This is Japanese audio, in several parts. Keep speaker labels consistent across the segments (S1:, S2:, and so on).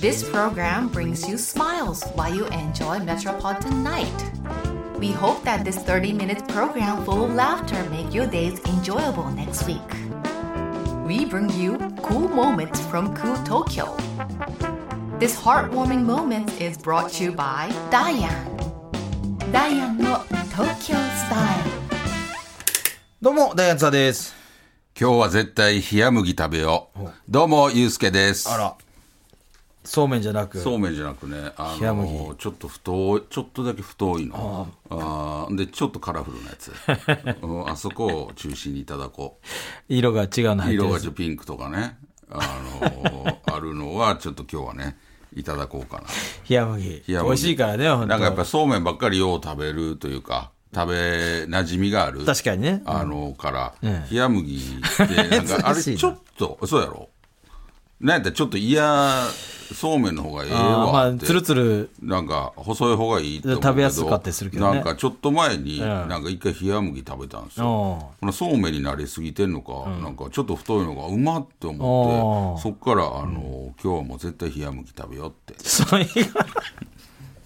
S1: This program brings you smiles while you enjoy Metropolitan Night. We hope that this 30-minute program full of laughter make your days enjoyable next week. We bring you cool moments from cool Tokyo. This heartwarming moment is brought to you by Diane. Diane の Tokyo Style.
S2: どうも、ダイアンツァです。
S3: 今日は絶対冷麦食べよう。どうも、ゆうすけです。
S2: あら。そうめんじゃなく。
S3: そうめんじゃなくね、あ
S2: 冷麦
S3: の、ちょっと太い、ちょっとだけ太いの。あーで、ちょっとカラフルな やつ。うんあそこを中心にいただこ
S2: 色が違うの
S3: う。
S2: 入って
S3: 色
S2: る
S3: が
S2: や
S3: ち
S2: つ
S3: ょっとピンクとかね、あの、あるのは、ちょっと今日はね、いただこうかな。
S2: 冷麦。
S3: 冷
S2: 美
S3: 麦
S2: 味しいからね、本当
S3: なんかやっぱそうめんばっかりよう食べるというか、食べ馴染みがある。
S2: 確かにね。
S3: あのから、
S2: ええ
S3: 冷麦って、なんかあ
S2: 珍
S3: れ
S2: しいな
S3: ちょっと、そうやろなんやったらちょっと嫌、そうめんの方がええ
S2: あーま
S3: わ
S2: あ、
S3: って。
S2: つるつる。
S3: なんか細い方がいいって思うけど
S2: 食べやすかったりするけどね
S3: なんかちょっと前に、
S2: え
S3: なんか一回冷麦食べたんですよ
S2: おう
S3: このそうめんになりすぎてんのか、なんかちょっと太いのがうまって思
S2: おー
S3: ってそっからあの、今日はもう絶対冷麦食べようって
S2: その日が、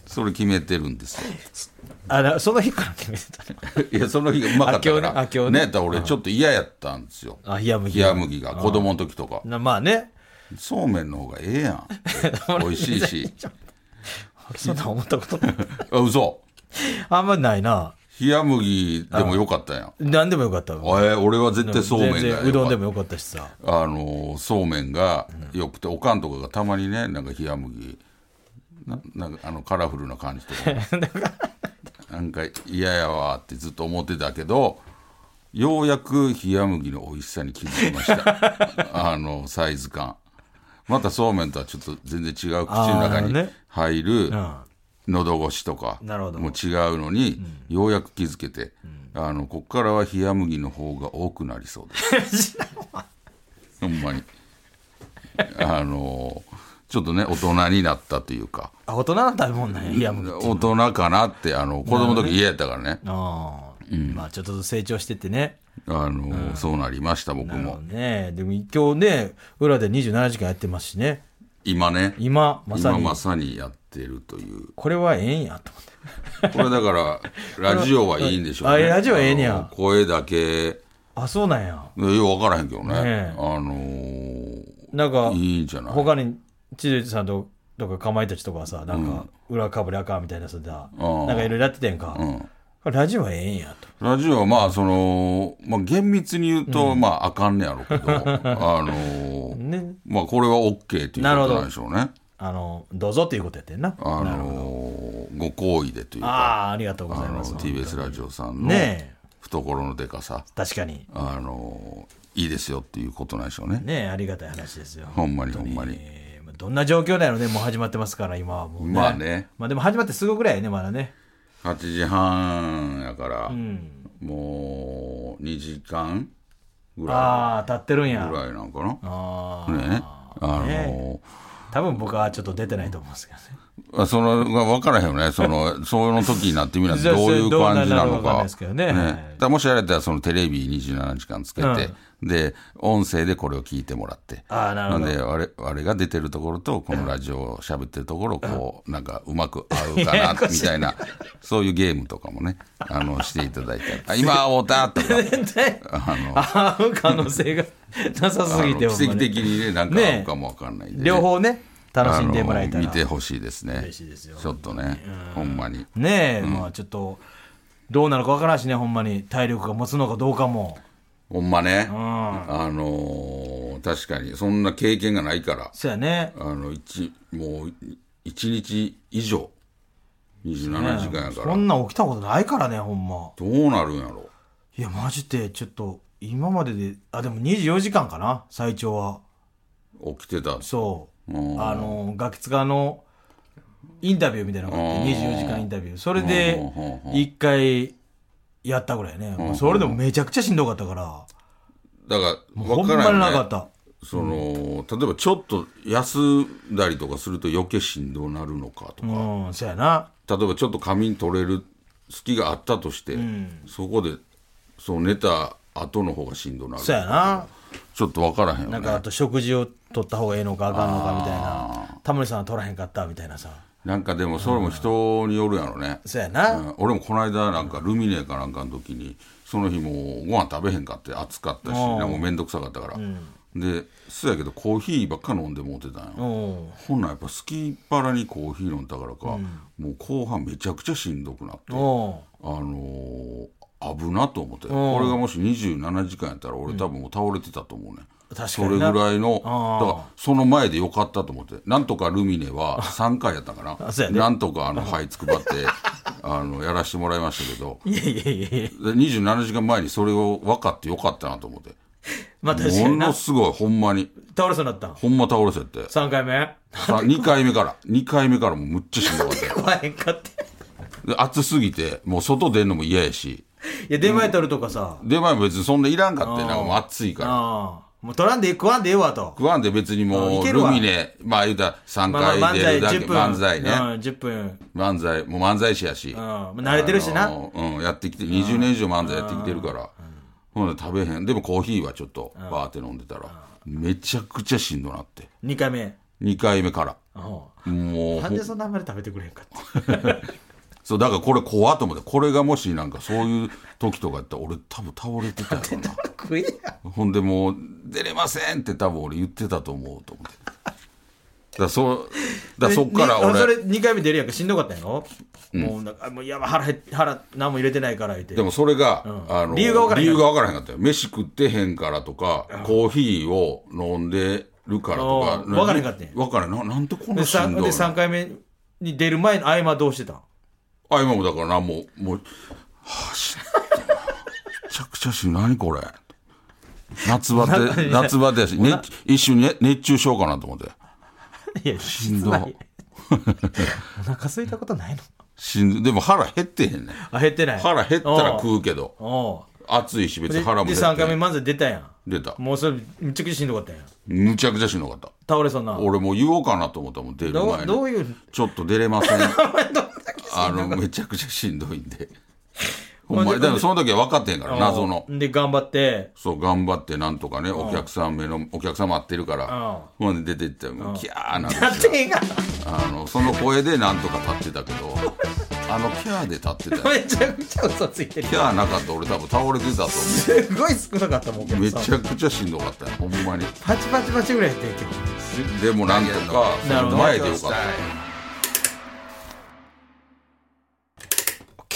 S3: それ決めてるんですよ
S2: あら、その日から決めてたね。
S3: いや、その日がうまかったから。
S2: あ今日ねあ今日ね
S3: やったら俺ちょっと嫌やったんですよ。
S2: あ冷麦
S3: 冷麦が、子供の時とか。
S2: なまあね。そう
S3: そうめんの方がええやん。美味しいし。
S2: そんな思ったことない。
S3: あ、嘘。
S2: あんまないな。
S3: 冷麦でもよかったやん。あ
S2: 何でもよかった。
S3: え俺は絶対そうめんが
S2: 全
S3: よか
S2: 然
S3: った
S2: うどんでもよかったしさ。
S3: あのーそうめんがよくて、おかんとかがたまにねなんか冷麦ななんかあのカラフルな感じとか なんか嫌やわってずっと思ってたけどようやく冷麦の美味しさに気づきました あのサイズ感またそうめんとはちょっと全然違う口の中
S2: あー
S3: に
S2: ね
S3: 入る
S2: ん
S3: 喉越しとか
S2: なるほど
S3: もう違うのに、ようやく気づけて、あのこっからは冷麦の方が多くなりそうです ほんまに。あのちょっとね、大人になったというか、
S2: あ、大人の食べ物なんや、冷麦。
S3: 大人かなって、あの、子供の時嫌やったからね、
S2: ああ。まあ、ちょっとずつ成長してってね。
S3: あのそうなりました、僕
S2: なるほど
S3: も。
S2: ね。でも今日ね、裏で27時間やってますしね。
S3: 今ね、
S2: 今、まさ
S3: 今
S2: に。
S3: まさにやってるという。
S2: これはええんやと思って。
S3: これだから、ラジオはいいんでしょう
S2: あ
S3: ね。
S2: ラジオええねや
S3: あの声だけ、
S2: あ、そうなんや。
S3: いやよう分からへんけどね。
S2: ねえ
S3: あの
S2: なんか、
S3: いいんじゃない
S2: 他に千鳥さんととかかまいたちとかはさ、なんか、裏かぶりあかんみたいなさ、なん
S3: うん
S2: かいろいろやっててんか。ラジオはええんやと。
S3: ラジオはまあ、その、まあ厳密に言うと、まあ、あかんねやろう けど、あの
S2: ね。
S3: まあ、これは OK っていうことなんでしょうね。
S2: あの、どうぞっていうことやってんな。
S3: あのご好意でというか、
S2: ああー、ありがとうござい
S3: あの
S2: ます。
S3: TBS ラジオさんの
S2: ねえ、
S3: 懐のでかさ、
S2: 確かに。
S3: あのいいですよっていうことなんでしょうね。
S2: ねえ、ありがたい話ですよ。
S3: ほんまにほんまに。
S2: えーまあどんな状況なのね、もう始まってますから、今はもう、ね。
S3: まあね。
S2: まあでも始まってすぐぐらいやね、まだね。
S3: 8時半やから、もう2時間ぐら
S2: ああ、立ってるん
S3: い、
S2: や
S3: ぐ。らいなんかな。
S2: ああ、
S3: ね。あの
S2: 多分僕はちょっと出てないと思うんですけどね。
S3: あそのが分からへんよね、その、その時になってみないとどういう
S2: どうな
S3: 感じな
S2: どうなるか分か
S3: の
S2: んない
S3: か。
S2: ですけどねはい
S3: だからもしあれだったら、そのテレビ27時間つけて、で、音声でこれを聞いてもらって。
S2: あーなるほど
S3: んで、我我が出てるところと、このラジオを喋ってるところを、こう、なんかうまく合うかな、みたいな、そういうゲームとかもね、あの、していただいて。あ今、会おうたとか、あの、
S2: 会う可能性 がなさすぎて、
S3: あの
S2: ほん
S3: 奇
S2: ま
S3: 跡
S2: に
S3: 的にね、なんか会うかも分かんないんでね、
S2: 両方ね、楽しんでもらえた
S3: あ
S2: ら。
S3: の見てほしいですね。
S2: しいですよ
S3: ちょっとね、ほんまに。
S2: ねえ、まあちょっと、どうなるかわからんしね、ほんまに。体力が持つのかどうかも。
S3: ほんまね。あのー確かに、そんな経験がないから、
S2: そうやね。
S3: あの、一、もう、一日以上、27時間やから、
S2: そんなん起きたことないからね、ほんま。
S3: どうなるんやろ
S2: いや、マジで、ちょっと、今までで、あ、でも24時間かな、最長は。
S3: 起きてた。
S2: そう。
S3: うん
S2: あの、ガキツカのインタビューみたいなのがあって、24時間インタビュー。それで
S3: うんうん、
S2: 一回やったぐらいね。もうそれでもめちゃくちゃしんどかったから、
S3: だから、
S2: ほ
S3: わ
S2: ん
S3: から
S2: ま
S3: ん
S2: に
S3: よ、
S2: な
S3: ね。
S2: かった。
S3: その、例えばちょっと休んだりとかすると余計しんどなるのかとか、
S2: うん、そやな。
S3: 例えばちょっと仮眠取れる隙があったとして、そこで、そう寝た後の方がしんどなる。
S2: そやな。
S3: ちょっとわからへんよね。
S2: なんか、あと食事を取った方がええのか、あかんのかみたいな。タモリさんは取らへんかったみたいなさ
S3: なんかでもそれも人によるやろね、
S2: そうや
S3: う
S2: なん
S3: 俺もこの間なんかルミネかなんかの時にその日もうご飯食べへんかって暑かったし
S2: うん
S3: なんかもう面倒くさかったから、でそうやけどコーヒーばっか飲んでもうてたんよ、
S2: うん
S3: ほんならやっぱすきっ腹にコーヒー飲んだからか、もう後半めちゃくちゃしんどくなって、
S2: お
S3: あのー危なと思って、これがもし27時間やったら俺多分もう倒れてたと思うね、
S2: 確かにな
S3: それぐらいのだ
S2: あー
S3: からその前でよかったと思ってなんとかルミネは3回やった か
S2: そう
S3: な、
S2: やね
S3: なんと かあのはいつくばってあのやらしてもらいましたけど
S2: ういやいやいやいや
S3: で27時間前にそれを分かってよかったなと思って
S2: まあ確か
S3: も
S2: にな
S3: のすごいほんまに
S2: 倒れそうになったん
S3: ほんま倒れせって
S2: 3回目
S3: 2回目から2回目からもうむっちゃしんどかったよ
S2: 食わへんかって
S3: で暑すぎてもう外出んのも嫌やし
S2: いや出前取るとかさ、
S3: 出前も別にそんないらんかってなんかもう暑いから
S2: ああもう取らんでええ食わんでええわと
S3: 食わんで別にも
S2: あいうける
S3: ル
S2: わ
S3: ミネまあ言うたら3
S2: まあまあ
S3: 回
S2: 漫
S3: 出
S2: 才
S3: るだけ
S2: 10分
S3: 漫才
S2: うん
S3: ね、
S2: 10分
S3: 漫才もう漫才師やし
S2: うんもう慣れてるしな
S3: あのうんやってきて20年以上漫才やってきてるからほんで食べへんでもコーヒーはちょっとバーって飲んでたらめちゃくちゃしんどなって
S2: 2回目
S3: 2回目から
S2: うん
S3: もう
S2: なんでそんなあんまり食べてくれへんかって
S3: そうだからこれ怖っと思ってこれがもしなんかそういう時とかやったら俺多分倒れてたよな
S2: 食えや
S3: ほんでもう出れませんって多分俺言ってたと思うと思って。だからそうだからそっから
S2: ねあそれ
S3: 俺
S2: 2回目出るやんかしんどかったんやろ、もうなんかもうやばい腹減っ腹何も入れてないから言って
S3: でもそれが、
S2: ん
S3: あの
S2: 理由が分からへん
S3: 理由が分からへんかったよ飯食ってへんからとか、コーヒーを飲んでるからとか
S2: うん分からへんかったんや
S3: 分からへんななんでこん
S2: で
S3: なしん
S2: 3
S3: どい
S2: で
S3: の
S2: 三回目に出る前の合間どうしてたん
S3: あ今もだからなもうもうはあしんどいめちゃくちゃしんどい何これ夏 バテ夏バテやし、熱一瞬ね熱中症かなと思って
S2: いや
S3: しんどい
S2: お腹空いたことないの
S3: しんどいでも腹減ってへんねん
S2: あ減ってない
S3: 腹減ったら
S2: う
S3: 食うけど
S2: おう
S3: 暑いし別
S2: で
S3: に腹も減
S2: で
S3: っ
S2: 3回目
S3: て
S2: まず出たやん
S3: 出た
S2: もうそれめちゃくちゃしんどかったやん
S3: むちゃくちゃしんどかった
S2: 倒れそうな
S3: 俺もう言おうかなと思ったもん出る
S2: ど
S3: 前
S2: う
S3: に
S2: どういう
S3: ちょっと出れま せんあのめちゃくちゃしんどいんでほんま
S2: ほんで
S3: にだからその時は分かってへんから謎の
S2: で頑張 って
S3: そう頑張ってなんとかねお客さん目のお客さん待ってるからほんで出てってもうキャーなる
S2: やってへんが
S3: あのその声でなんとか立ってたけどあのキャーで立って たよ
S2: めちゃくちゃ嘘ついてる
S3: キャーなかったら俺多分倒れて たと思
S2: すごい少なかったもんお
S3: う
S2: 客
S3: め
S2: さん
S3: ちゃくちゃしんどかったよほんまに
S2: パチパチパチぐらいやってん今日
S3: でもなんとか
S2: なるほど
S3: 前でよかった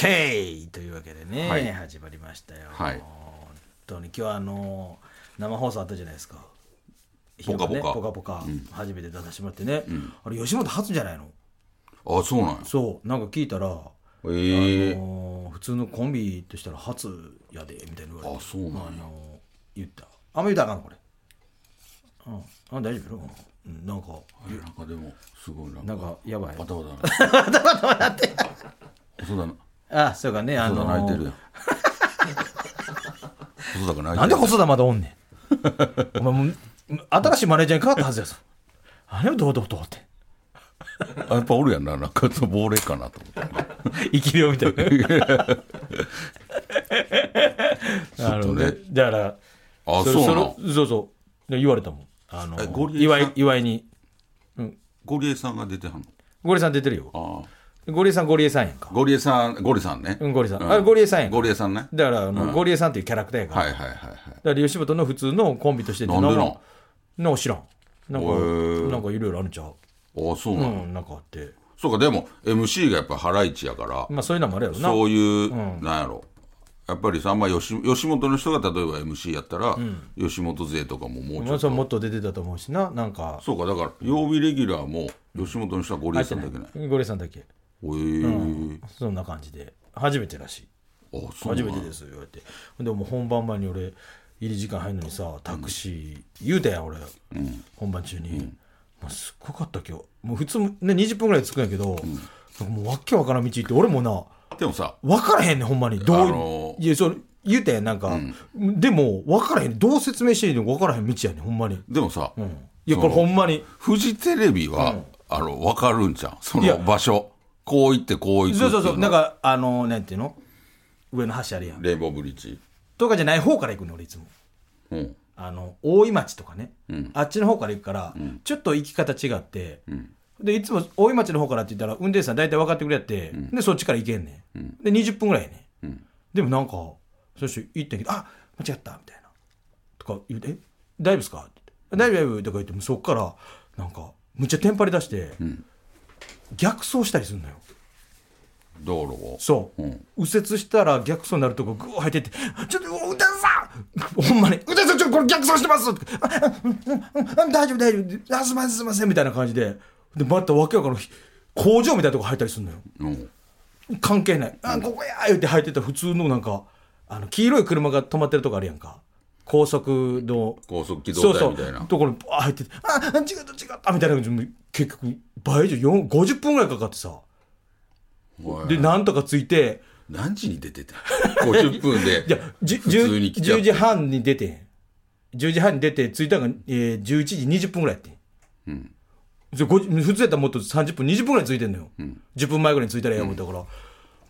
S2: OK! というわけでね、
S3: はい
S2: 始まりましたよ、
S3: はい
S2: 本当に今日はあの生放送あったじゃないですか
S3: ぽ
S2: 昼
S3: かぽか
S2: 間ねぽかぽか初めて出させてもらってね、あれ吉本初じゃないの
S3: あそうなんや
S2: そうなんか聞いたら、
S3: ええ
S2: もう普通のコンビとしたら初やでみたいな言われ
S3: あ
S2: て
S3: そうなんや
S2: あの言ったあんま言うたらあかんこれうんあ大丈夫やろうんなんか
S3: いやなんかでもすごいなん
S2: な
S3: か
S2: んかやばい
S3: バタバタバタバタなってそうだな
S2: あそうかねあ
S3: そうだ
S2: の
S3: 泣いてるやんそうだが泣いてる
S2: なんで細田まだおんねん。お前もう、新しいマネージャーに変わったはずやぞ。あれをどうどうどうって。
S3: あやっぱおるやんななんかそう亡霊かなと思って
S2: 生き量みたい な。なるほどね
S3: ちょっとね。
S2: だから、
S3: あ
S2: れ
S3: そうな
S2: れ
S3: の
S2: そうそう。で言われたもん。あの
S3: えゴリエさん
S2: 岩井岩井に。
S3: ゴリエさんが出てはん
S2: ゴリエさん出てるよ。
S3: のあ
S2: ゴリエさん、ゴリエさんやんか
S3: あ。ゴリエさんゴリさんね
S2: うんゴリさんあれゴリエさんやん
S3: ゴリエさんね
S2: だから、あのゴリエさんっていうキャラクターやから。
S3: はいはいはいはい
S2: だから、吉本の普通のコンビとしてって
S3: なんでなん
S2: かなんか知らん。なんか、
S3: へー
S2: なんかいろいろあるんちゃう
S3: あそう
S2: う
S3: なの
S2: ん、なんかあって。
S3: そうかでも MC がやっぱハライチやから
S2: まあ、そういうのもあるやろな。
S3: そういう、なんやろやっぱりさあんま吉吉本の人が例えば MC やったら、吉本勢とかももうち
S2: ま
S3: ょ
S2: あ、
S3: っ
S2: そ
S3: と、
S2: れもっと出てたと思うしな、なんか。
S3: そうかだから曜日レギュラーも吉本の人はゴリエさんだけない、
S2: ゴリさんだけ。
S3: おえー
S2: そんな感じで。初めてらしい。
S3: あそう
S2: 初
S3: なん
S2: めてです、言われて。でも本番前に俺、入り時間入るのにさ、タクシー、言うたやん、俺、本番中に。もうすっごかった、今日。もう普通、ね、20分ぐらいで着くんやけど、なんかもうわっけわからん道行って、俺もな、
S3: でもさ
S2: わからへんねんほんまに。どう、
S3: あのー
S2: いや、それ、言うたやん、なんか。でも、わからへん。どう説明していいのかわからへん道やねん、ほんまに。
S3: でもさ、
S2: いや、これほんまに。
S3: フジテレビは、あの分かるんじゃんそ
S2: いや
S3: の場所こう行ってこう行くって
S2: そ
S3: いうう
S2: そうそう、なんか、
S3: か
S2: あの、なんていうの上の橋あるやん。
S3: レイボーブリッジ
S2: とかじゃない方から行くの、俺いつも。
S3: うん
S2: あの、大井町とかね。あっちの方から行くから、ちょっと行き方違って、でいつも大井町の方からって言ったら運転手さん大体分かってくれやって、でそっちから行けんねん、で20分ぐらいやね、ん、でもなんかそして行ってんけど「あ間違った」みたいなとか言うてえ「大丈夫ですか?」って言って「大丈夫大丈夫」とか言ってもうそっからなんかむっちゃテンパり出して、逆走したりするのよ
S3: 道路を
S2: そう、
S3: うん
S2: 右折したら逆走になるとこグー入ってって「ちょっと運転手さん!」ほんまに「運転手さんちょっとこれ逆走してます!」とかあうんうんうん大丈夫大丈夫あすいませんすいません」みたいな感じででまたわけわからん工場みたいなとこ入ったりするのよ
S3: うん
S2: 関係ない「あここや!」言って入ってたら普通のなんかあの黄色い車が止まってるとこあるやんか高速の
S3: 高速機
S2: そ
S3: 動
S2: うそ
S3: 隊
S2: う
S3: みたいな
S2: ところにバー入ってて「ああ違った違った」みたいな感じでもう結局倍以上4 50分ぐらいかかってさ
S3: おい
S2: でなんとかついて
S3: 何時に出てた50分で
S2: いや、じゅ
S3: 普通に来ちゃっ
S2: 10
S3: て
S2: 時半に出てん。10時半に出て、着いたのが、えー、11時20分ぐらいやってん。それ50普通やったらもっと30分、20分ぐらい着いてんのよ。10分前ぐらいに着いたらええ思ったから。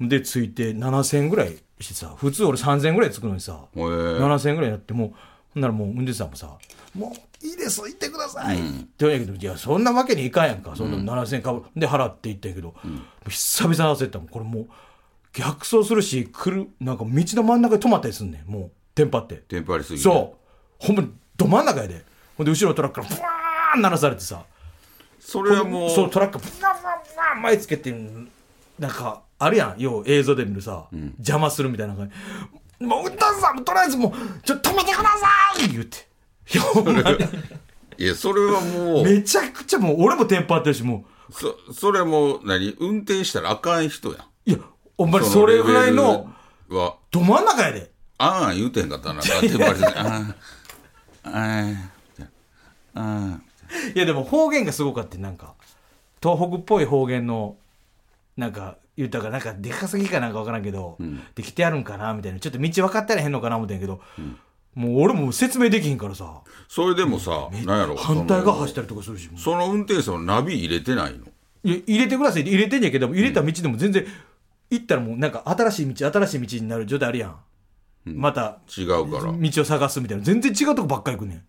S2: で、着いて7000円ぐらいしてさ、普通俺3000円ぐらい着くのにさ、
S3: へえ
S2: 7000円ぐらいになってもう、ほんならもう運転手さんもさ、もういいです、行ってください、って言うんやけど、いや、そんなわけにいかんやんか、そんな7000円かぶで払って行ったんやけど、もう久々に焦ったもん、これもう、逆走するし、来る、なんか道の真ん中で止まったりすんねん、もう、テンパって。
S3: テンパりすぎて
S2: そう、ほんまにど真ん中やで、ほんで、後ろのトラックから、ブワーン鳴らされてさ、
S3: それはもう
S2: そう、トラック、ブワブワブワ前つけて、なんか、あるやん、よう映像で見るさ、邪魔するみたいな感じ。もう、歌さん、とりあえずもう、ちょっと止めてください言って。いや、ほんまに
S3: いやそれはもう
S2: めちゃくちゃもう、俺もテンパってるし、も
S3: そそれはもう何運転したらあかん人やん
S2: う、いや、ほんまにそれぐらいの、
S3: レベルは
S2: ど真ん中やで。
S3: ああ言うてへんか ったなテンパりすぎてあああああ
S2: いや、でも方言がすごかって、なんか、東北っぽい方言の、なんか、言ったから、なんか、出稼ぎかなんかわからんけど、できてやるんかなみたいな、ちょっと道分かったらへんのかな思ったんやけど、もう俺も説明できへんからさ。
S3: それでもさ何やろ
S2: 反対側走ったたりとかするし、もう
S3: その運転手さんのナビ入れてないの
S2: いや入れてくださいって入れてんやけど、入れた道でも全然、行ったらもうなんか新しい道、新しい道になる状態あるやん。また、
S3: 違うから
S2: 道を探すみたいな。全然違うとこばっかり行くね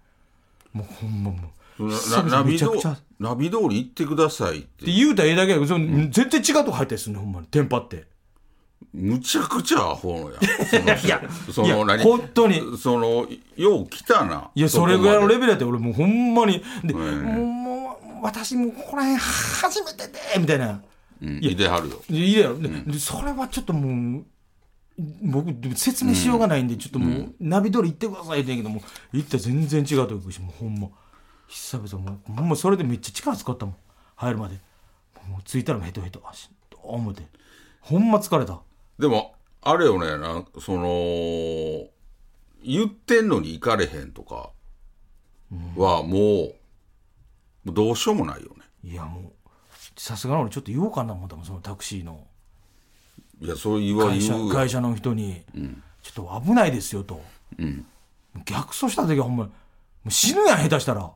S2: ん。もうほんまもう。
S3: そ
S2: 久
S3: のなナ
S2: 々め
S3: ビ
S2: ちゃ
S3: ど
S2: くちゃ。って
S3: ナビ通り行ってくださいって
S2: 言うたらええだけやけど、その全然違うとこ入ったりするねんほんまに。テンパって。
S3: むちゃくちゃアホやその人
S2: いや
S3: そ
S2: いや
S3: の何
S2: 本当に
S3: そのよう来たない
S2: や、それぐらいのレベ
S3: ベ
S2: ルやって、俺もうほんまに。で、
S3: え
S2: もう、もう私もうここら辺初めてで、みたいな。
S3: ルいではるよ
S2: いやいいだろ、ででそれはちょっともう僕でも説明しようがないんで、ちょっともうナビ通り行ってくださいって言うんやけども行ったら全然違うとこ行くしもうほんま久々もうほんまそれでめっちゃ力使ったもん入るまでもう着いたらヘトヘトあしんどう思ってほんま疲れた
S3: でもあれよねなその言ってんのに行かれへんとかはもうどうしようもないよね
S2: いやもうさすがに俺ちょっと言おうかな思ったもんそのタクシーの
S3: いやそう言わ
S2: 会社
S3: 言うよ
S2: 会社の人に、ちょっと危ないですよと、逆走した時はほんまにもう死ぬやん下手したら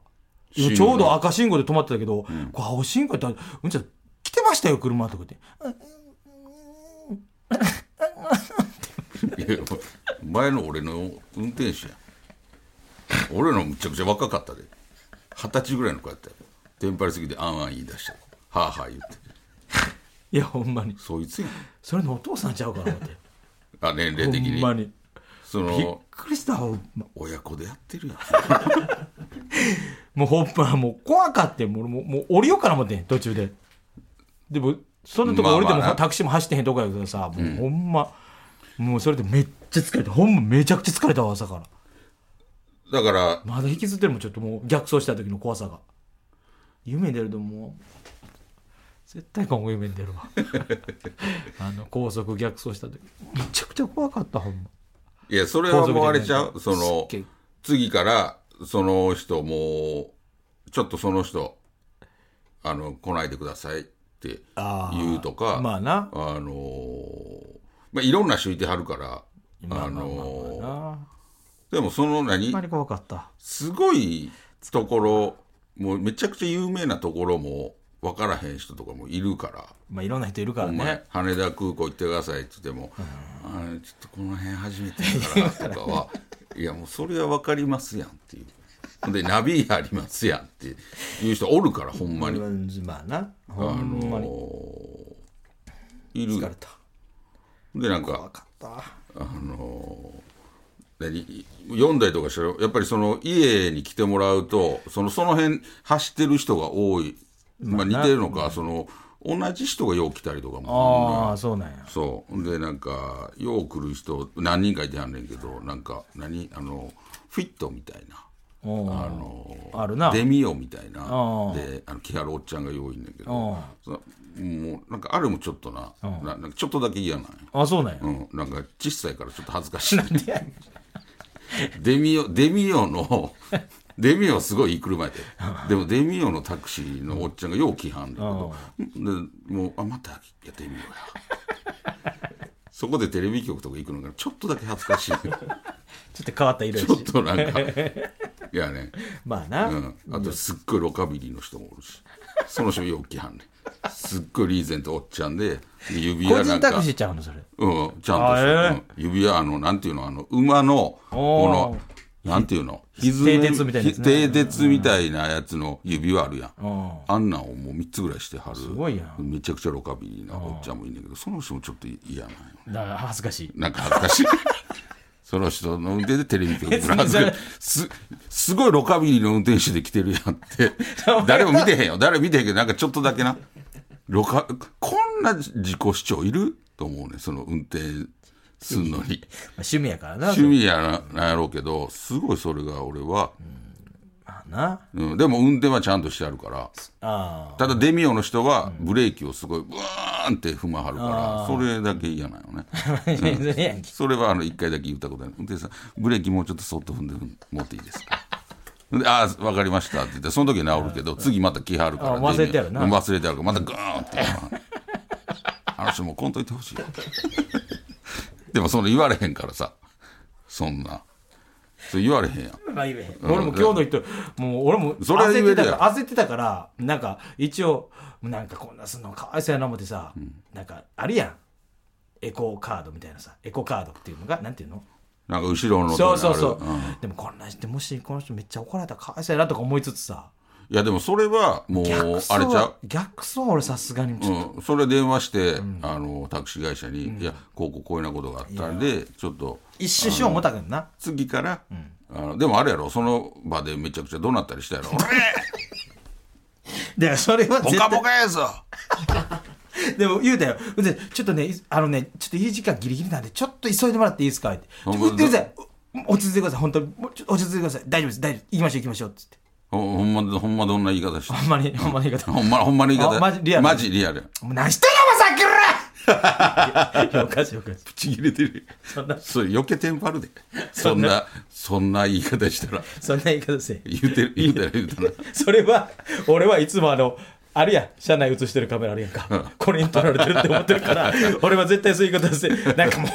S3: 死ぬ
S2: ちょうど赤信号で止まってたけど、こう青信号やったら「うんちゃん来てましたよ車」とか言って
S3: いや前の俺の運転手や俺のむちゃくちゃ若かったで二十歳ぐらいの子やったよテンパりすぎてあんあん言い出したはあはあ言って
S2: いやほんまに
S3: そいつやん
S2: それのお父さんちゃうかな思 って
S3: あ年
S2: ほ
S3: 齢的
S2: ん
S3: に
S2: まに
S3: そ
S2: びっ
S3: の
S2: くりしたわほんま
S3: 親子でやってるやん
S2: もうほんまもう怖かってもうもうもう降りようかな思ってん途中ででもそんなとこ降りても、
S3: まあまあな
S2: タクシーも走ってへんとこやけどさもうほんま、もうそれでめっちゃ疲れたほんまめちゃくちゃ疲れたわ朝から
S3: だから
S2: まだ引きずってるもんちょっともう逆走した時の怖さが夢に出るともう絶対今後夢に出る わあの高速逆走した時めちゃくちゃ怖かったほんま
S3: いやそれはもうあれちゃう
S2: 高
S3: そ
S2: 速じゃない
S3: の
S2: すっげえ
S3: 次からその人もうちょっとその人あの来ないでくださいって
S2: あー
S3: 言うとか
S2: まあな
S3: あのーまあいろんな人いてはるからあのー
S2: あ
S3: でもその
S2: ん
S3: 何
S2: まり怖かった
S3: すごいところもうめちゃくちゃ有名なところも分からへん人とかもいるから。
S2: まあいろんな人いるから
S3: お前
S2: ね
S3: 羽田空港行ってくださいって言っても、あーちょっとこの辺初めてだからとかは いやもうそれは分かりますやんっていうほんでナビありますやんっていう人おるからほんまに
S2: まあなほんまに
S3: いる
S2: 疲れた
S3: でなんか
S2: 分かった
S3: あの何読んだりとかしたらやっぱりその家に来てもらうとそのその辺走ってる人が多い、まあ、似てるのか、その同じ人がよう来たりとかも
S2: ああそうなんや
S3: そうでなんかよう来る人何人かいてはんねんけどなんか何あのフィットみたいな。
S2: おう
S3: あの
S2: あるな
S3: デミオみたいな
S2: ああ
S3: であの木原おっちゃんが用意んだけど
S2: あ
S3: そのもうなんかあれもちょっとなななんかちょっとだけ嫌なんや
S2: あそうなんや
S3: うん、なんか小さいからちょっと恥ずかしいデミオデミオのデミオすごいいい車や ででもデミオのタクシーのおっちゃんがよう来はんだけどでもうあまたやデミオや そこでテレビ局とか行くのがちょっとだけ恥ず かしいちょ
S2: ちょっと変わった色や
S3: っ
S2: し
S3: となんかいやね
S2: まあな、
S3: うん、あとすっごいロカビリーの人もおるしその人よう来はんねんすっごいリーゼントおっちゃんで指
S2: 個
S3: 輪な
S2: 人
S3: んか
S2: タクシーちゃうのそれ
S3: うん、ちゃんとしてる、
S2: あえ
S3: うん指輪、あの、なんていうの、あの、馬の、
S2: おー
S3: この、なんていうの、
S2: 蹄鉄みたいなやつね
S3: 蹄鉄みたいなやつの指輪あるやん。
S2: うん
S3: あんなんをもう3つぐらいしてはる。す
S2: ごいや
S3: めちゃくちゃロカビリーなおっちゃんもいいんだけど、その人もちょっと嫌なんよ。
S2: だから恥ずかしい
S3: なんか恥ずかしい。 その人の運転でテレビ局
S2: 別
S3: ぐら
S2: に
S3: い
S2: それ
S3: すすごいロカビリーの運転手で来てるやん って誰も見てへんよ誰も見てへんけどなんかちょっとだけなロカこんな自己主張いると思うねその運転すんのに
S2: まあ趣味やからな
S3: 趣味やななんやろうけどすごいそれが俺は、
S2: まあな
S3: うんでも運転はちゃんとしてあるから
S2: あ
S3: ただデミオの人はブレーキをすごいブワーンって踏まはるからそれだけ嫌なのね
S2: あ 全然ええやんけ
S3: それはあの一回だけ言ったことある。運転手さん、ブレーキもうちょっとそっと踏んで踏ん持っていいですか。でああ、わかりましたって言って、その時は治るけど、次また来はるから。
S2: あ忘れてやるな
S3: うん忘れてやるから、またガーンって。あの人もうこんといてほしいよ。 でもその言われへんからさ、そんな。それ言われへんやん。
S2: まあ言えへん俺も今日の人、もう俺も
S3: それは言
S2: 焦っ
S3: え
S2: て
S3: る
S2: た
S3: やん
S2: から、焦ってたから、なんか一応、なんかこんなすんのかわいそうやな思ってさ、なんかあるやん。エコーカードみたいなさ、エコカードっていうのが、なんていうの
S3: なんか後ろの。
S2: そうそうそう。
S3: ん
S2: でもこんなして、もしこの人めっちゃ怒られたらかわいそうやなとか思いつつさ、
S3: いや、でもそれはもう、あ
S2: 逆
S3: れち
S2: 走
S3: ゃう
S2: は。、逆走は俺さすがにちょっと、
S3: うん、それ電話して、あのタクシー会社に、いやこうこうこういうようなことがあったんでちょっと
S2: 一瞬しよう思ったけどな。
S3: 次から、あのでもあれやろその場でめちゃくちゃ怒鳴ったりしたや ろ「俺
S2: で、それは
S3: ポ
S2: 絶
S3: カ
S2: 対
S3: ポカやぞ
S2: でも言うたよ。でちょっとね、いあのね、ちょっといい時間ギリギリなんで、ちょっと急いでもらっていいですかって。ちょ
S3: ほん
S2: っ
S3: ま
S2: と待ってください。お落ち着いてください。本当に。もうちょっと落ち着いてください。大丈夫です。大丈夫です。行きましょう、行きましょう。つって。」
S3: ほほんまほんまどんな言い方して
S2: ほんまに、ほんまに言い方。も
S3: ほんまほんまの言い方
S2: あマジリアル
S3: マジリアルや
S2: う何してんの、お前さっきから いやおかしい、おかしい。
S3: ちぎれてるそ
S2: んな
S3: それ余計テンパるでそんなそんな言い方したら
S2: そんな言い方せえ。
S3: 言う てる言うたら言うたら
S2: それは、俺はいつもあの、あるやん、車内映してるカメラあるやんか。これに撮られてるって思ってるから、俺は絶対そういう言い方して、なんかもう、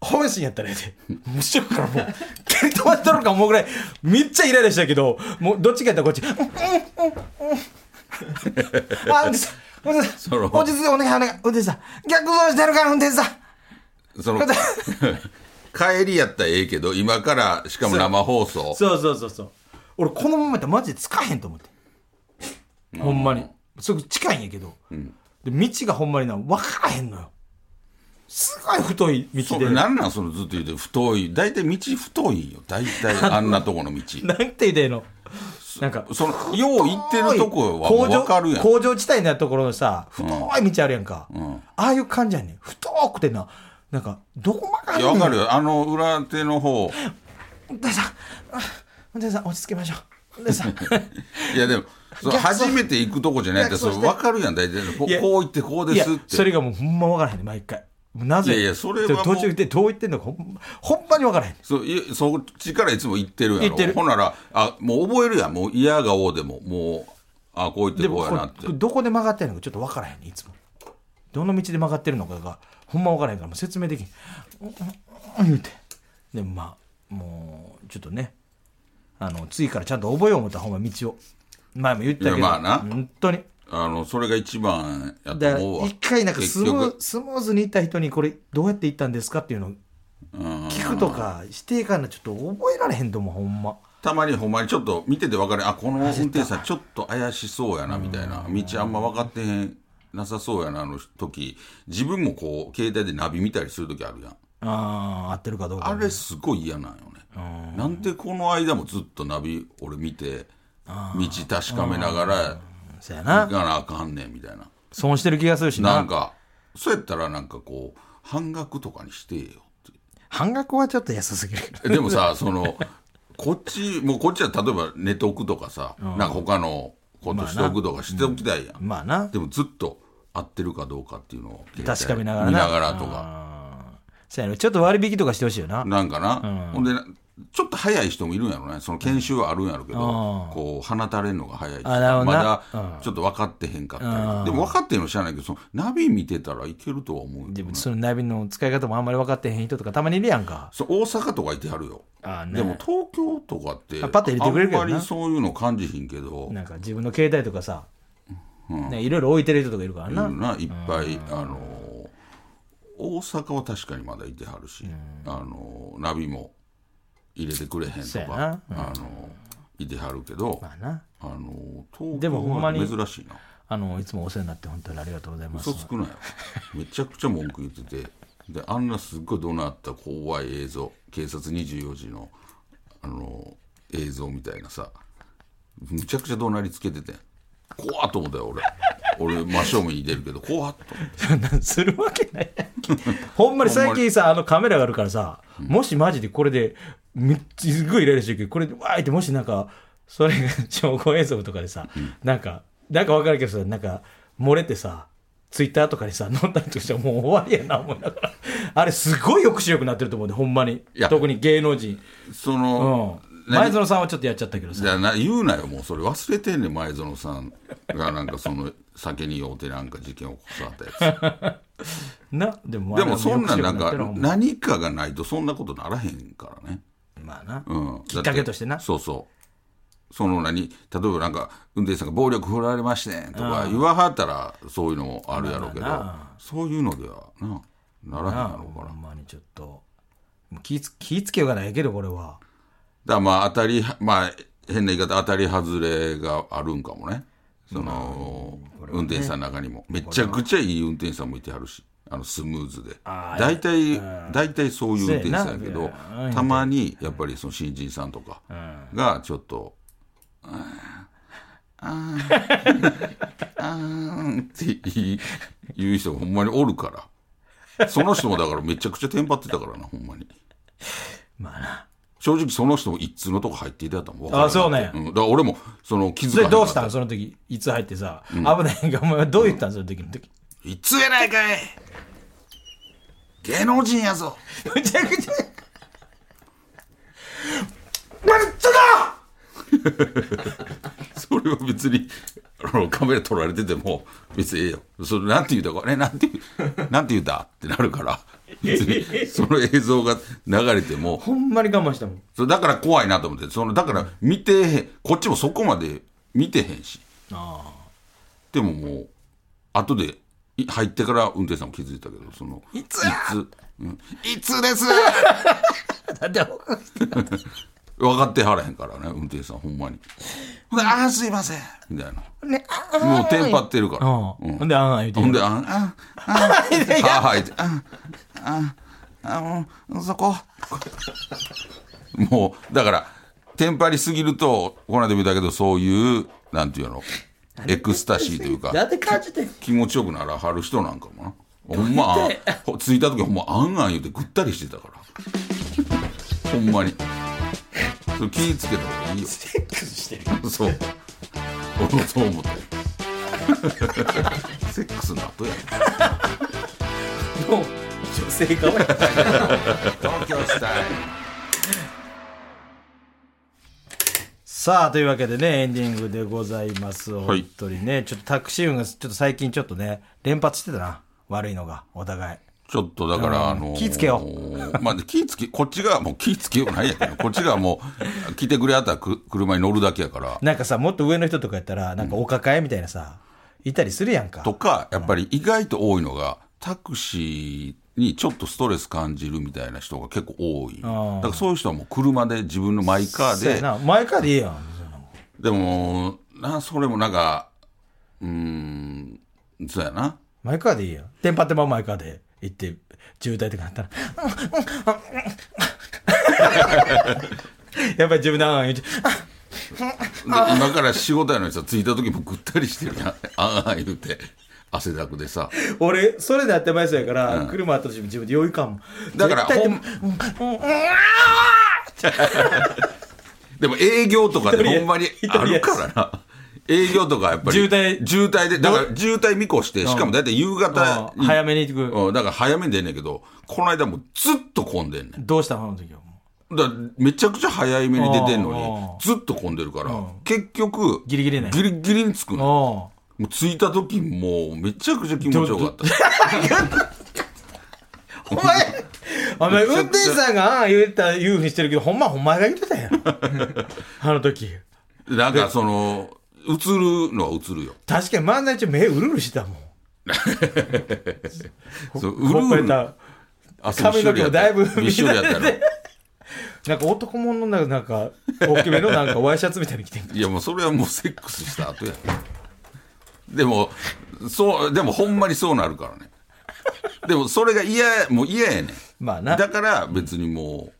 S2: 本心やったらやで、無視からもう、蹴り飛ばしとるかもうぐらい、めっちゃイライラしたけど、もうどっちかやったらこっち、うんうんうんうん。あ、運転手さん、運転手さん、
S3: の
S2: 落ち着いてお願いお願い、運転手さん。逆走してるから、運転手さん。
S3: その 帰りやったらええけど今からしかも生放送
S2: そうそうそうそう。俺、このままやったらマジでつかへんと思って。ほんまに。そこ近いんやけど、で道がほんまにな、分からへんのよ。すごい太い道
S3: そ
S2: で
S3: れ。なんなんそのずっと言うて太い大体道太いんよ大体あんなとこの道
S2: なんて言うてええのなんか、
S3: そのよう行ってるとこはもう
S2: 工場
S3: 分かるやん
S2: 工場地帯のところのさ、太い道あるやんか。ああいう感じやねん。太くてな、なんか、どこま
S3: い
S2: で
S3: や、わかる
S2: よ。
S3: よ。あの、裏手の方。
S2: 運転手さん、あ運転手さん、落ち着けましょう。運転手さん。
S3: いや、でも、そう
S2: 逆走
S3: 初めて行くとこじゃないって、
S2: 逆
S3: そ
S2: 走し
S3: れ
S2: て
S3: わかるやん、大体。こ
S2: いや
S3: こう行って、こうです
S2: い
S3: っ
S2: やそ
S3: て。
S2: れがもうほんま分からへんね毎回なぜ
S3: いやいやそれはもう
S2: 途中でどう言ってんのかほんまほんまに分からへん
S3: そういそっちからいつも行ってるやろ。
S2: 行ってる
S3: ほんなら、あ、もう覚えるやん。もう嫌がおうでも、もう、あ、こう行って
S2: で
S3: こうやなっ
S2: こ
S3: て
S2: れ。どこで曲がってるのかちょっと分からへんねいつもどの道で曲がってるのかがほんま分からへんからもう説明できんうんうん言うてでもまあもうちょっとねあの次からちゃんと覚えよう思ったほんま道を前も言ったけど
S3: いやまあな
S2: 本当に
S3: あの、それが一番やと
S2: だから
S3: 思うわ。
S2: 一回なんかス
S3: 結
S2: ムー
S3: 局。
S2: スムーズにいった人にこれどうやっていったんですかっていうのを
S3: うん
S2: 聞くとかしていかんなちょっと覚えられへんと思うほんま
S3: たまにほんまにちょっと見てて分かるあこの運転手さんちょっと怪しそうやなみたいな道あんま分かってへんなさそうやなあの時自分もこう携帯でナビ見たりする時あるやん
S2: ああ合ってるかどうか
S3: あ
S2: ね
S3: れすごい嫌なんよねなんでこの間もずっとナビ俺見て道確かめながら
S2: そや
S3: 行か
S2: な
S3: なあかんねんみたいな
S2: 損してる気がするしな
S3: なんかそうやったらなんかこう半額とかにしてよって
S2: 半額はちょっと安すぎるけど
S3: えでも さそのこっちもうこっちは例えば寝とくとかさ、なんか他のことしておくとかしておきたいやん、
S2: まあな
S3: でもずっと合ってるかどうかっていうのを
S2: 確かめながらな
S3: 見ながらとか
S2: そやなちょっと割引とかしてほしいよな
S3: なんかな、ほんでなちょっと早い人もいるんやろねその研修はあるんやろけど、こう放たれるのが早い人
S2: あなるほど
S3: ま
S2: な
S3: だちょっと分かってへんかったり、でも分かってんの知らないけどそのナビ見てたらいけるとは思うよ
S2: でもそのナビの使い方もあんまり分かってへん人とかたまにいるやんか
S3: そう大阪とかいてはるよ
S2: あーね
S3: でも東京とかって
S2: あパッと入れてくれるけどな
S3: あんまりそういうの感じひんけど
S2: なんか自分の携帯とかさ、ね、いろいろ置いてる人とかいるから
S3: いる
S2: な、
S3: ないっぱいあのー大阪は確かにまだいてはるしあのーナビも入れてくれへん
S2: そ
S3: と
S2: うや
S3: か
S2: な
S3: あのーいてはるけど
S2: まあな
S3: あのー東
S2: でもほ
S3: 京
S2: んま
S3: は
S2: に
S3: 珍しいな
S2: あのいつもお世話になって本当にありがとうございます
S3: 嘘つくなよめちゃくちゃ文句言っててであんなすっごい怒鳴った怖い映像警察24時のあの映像みたいなさむちゃくちゃ怒鳴りつけてて怖っと思ったよ俺俺真正面に出るけど怖っと思って
S2: そん なんするわけないやんほんまに最近さあのカメラがあるからさ、もしマジでこれでめっちゃすごいイライラしてるけどこれでわーいってもしなんかそれが証拠映像とかでさ、なんかなんか分かるけどさなんか漏れてさツイッターとかにさ載ったりとかしたらもう終わりやな思いながら あれすごい抑止力になってると思うんでほんまに
S3: いや
S2: 特に芸能人、
S3: そうの
S2: ん、、前園さんはちょっとやっちゃったけどさ
S3: じゃあな言うなよもうそれ忘れてんねん前園さんがなんかその酒に酔うてなんか事件起こされたやつ
S2: なでも
S3: でもそんなんな
S2: 抑止力
S3: んか
S2: にってるのは
S3: 何かがないとそんなことならへんからね
S2: ほんままあな、
S3: うん、
S2: きっかけとしてな
S3: だっそうそうその何例えばなんか運転手さんが暴力振られましてんとか言わはったらそういうのもあるやろうけど、
S2: まあな
S3: そういうのではなならへんや
S2: なあ
S3: ろう
S2: ほ
S3: からだか
S2: んまにちょっともう気ぃつ気ぃつけようがないけどこれは
S3: らまあ当たりまあ変な言い方当たり外れがあるんかもねその、運転手さんの中にもめちゃくちゃいい運転手さんもいてはるしあのスムーズで
S2: あー
S3: 大体大体そういう運転手さんやけど
S2: せやないや
S3: たまにやっぱりその新人さんとかがちょっとって言い言う人がほんまにおるから。その人もだからめちゃくちゃテンパってたからな、ほんまに。
S2: まあな
S3: 正直その人も一通のとこ入っていたと思う。
S2: あそうね
S3: ん。だから俺も、その気づ
S2: そ
S3: かへ
S2: れ
S3: んか
S2: ど
S3: っ
S2: うしたんその時いつ入ってさ、危ないんかお前はどう言ったんその時の時
S3: 一通やないかい芸能人やぞ
S2: むちゃくちゃ
S3: 何言っただそれは別に、あのカメラ撮られてても、別にええよ。それなんて言うたか、え、なんて言 う、なんて言うたってなるから、別に、その映像が流れても、
S2: ほんまに我慢したもん
S3: そうだから怖いなと思ってそのだから見てへんこっちもそこまで見てへんし
S2: あ
S3: でももう後でい入ってから運転手さんも気づいたけどそのい
S2: つや
S3: つ、うんいつです
S2: あだってほ
S3: 分かってはらへんからね運転手さんほんまにほんでああすいませんみたいな
S2: ねあ
S3: もうテンパってるから、
S2: うん
S3: うん
S2: ほんであんあん言うて
S3: ほんで
S2: あ
S3: あんあんあんははいってあんあんあんうんそこもうだからテンパりすぎるとこの間見たけどそういうなんていうのエクスタシーというか
S2: だって感じて
S3: 気持ちよくならはる人なんかもなほんまあんほ着いた時ほんまあんあん言うてぐったりしてたからほんまにそれ気ぃつけた方がいいよ
S2: セックスしてる
S3: そう俺もそう思ったよ セックスの後や
S2: もう女性かわいい
S3: 東京スタイル
S2: さあというわけでねエンディングでございます
S3: い
S2: 本当にね、ちょっとタクシー運がちょっと最近ちょっとね連発してたな悪いのがお互い
S3: ちょっとだか
S2: うん
S3: ら、あのー
S2: 気ぃつけよ
S3: まあ、気ぃつけ、こっちがもう気ぃつけようないやけど、こっちがもう、来てくれはったらく車に乗るだけやから、
S2: なんかさもっと上の人とかやったらなんかお抱えみたいなさ、いたりするやんか
S3: とか、やっぱり意外と多いのが、タクシーにちょっとストレス感じるみたいな人が結構多いだ
S2: ー
S3: からそういう人はもう車で自分のマイカー
S2: そうや
S3: で
S2: な前からでいいやんみたいな
S3: でもなそれもなんかうーんそうやな
S2: 前からでいいやんテンパってまう前からで行って渋滞とかなったらやっぱり自分でああ言うて
S3: で今から仕事やのにさ着いた時もぐったりしてるやんああ言うて汗だくでさ
S2: 俺それで当て前そうやから、車あったとしても自分で余裕感も
S3: だから
S2: 絶対
S3: ほんでも営業とかで
S2: 一人や
S3: ほんまにあるからな営業とかやっぱり
S2: 渋滞
S3: 渋滞でだから渋滞見越してしかも大体夕方
S2: うん早めに行く
S3: うんだから早めに出んねんけどこの間もうずっと混んでんねん
S2: どうしたのあの時はも
S3: だからめちゃくちゃ早い目に出てん
S2: あ
S3: のにずっと混んでるから結局
S2: ギリギリね
S3: ギリギリに着く
S2: う
S3: の
S2: おう
S3: もう着いた時もうめちゃくちゃ気持ちよかった
S2: お前、お前、運転手さんがああ言うた、言うふうにしてるけど、ほんま、お前が言ってたやん。 あの時。
S3: なんかその、映るのは映るよ。
S2: 確かに漫才中、目うるうるしてたもん。
S3: そう
S2: ほっぺ
S3: うるうる。
S2: た。
S3: あそう
S2: 髪の毛もだいぶ
S3: 一緒でやったや
S2: 乱れてなんか男物のなんか、なんか、大きめのなんかワイシャツみたいに着てんか
S3: ろ。いやもうそれはもうセックスした後や。でも、そう、でもほんまにそうなるからね。でもそれが嫌や、もう嫌やねん。
S2: まあな
S3: だから別にもう、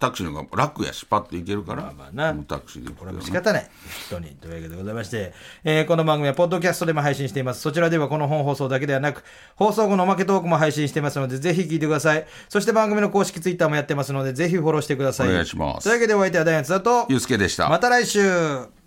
S3: タクシーの方が楽やし、パッと行けるから、
S2: まあまあな
S3: もうタクシーで行く
S2: こ
S3: け
S2: れ
S3: ど
S2: はも
S3: ね
S2: う仕方ない人にというわけでございまして、えーこの番組はポッドキャストでも配信していますそちらではこの本放送だけではなく放送後のおまけトークも配信していますのでぜひ聞いてくださいそして番組の公式ツイッターもやってますのでぜひフォローしてください
S3: お願いします
S2: というわけでお相手はダイアンツだと
S3: ゆうすけでした。
S2: また来週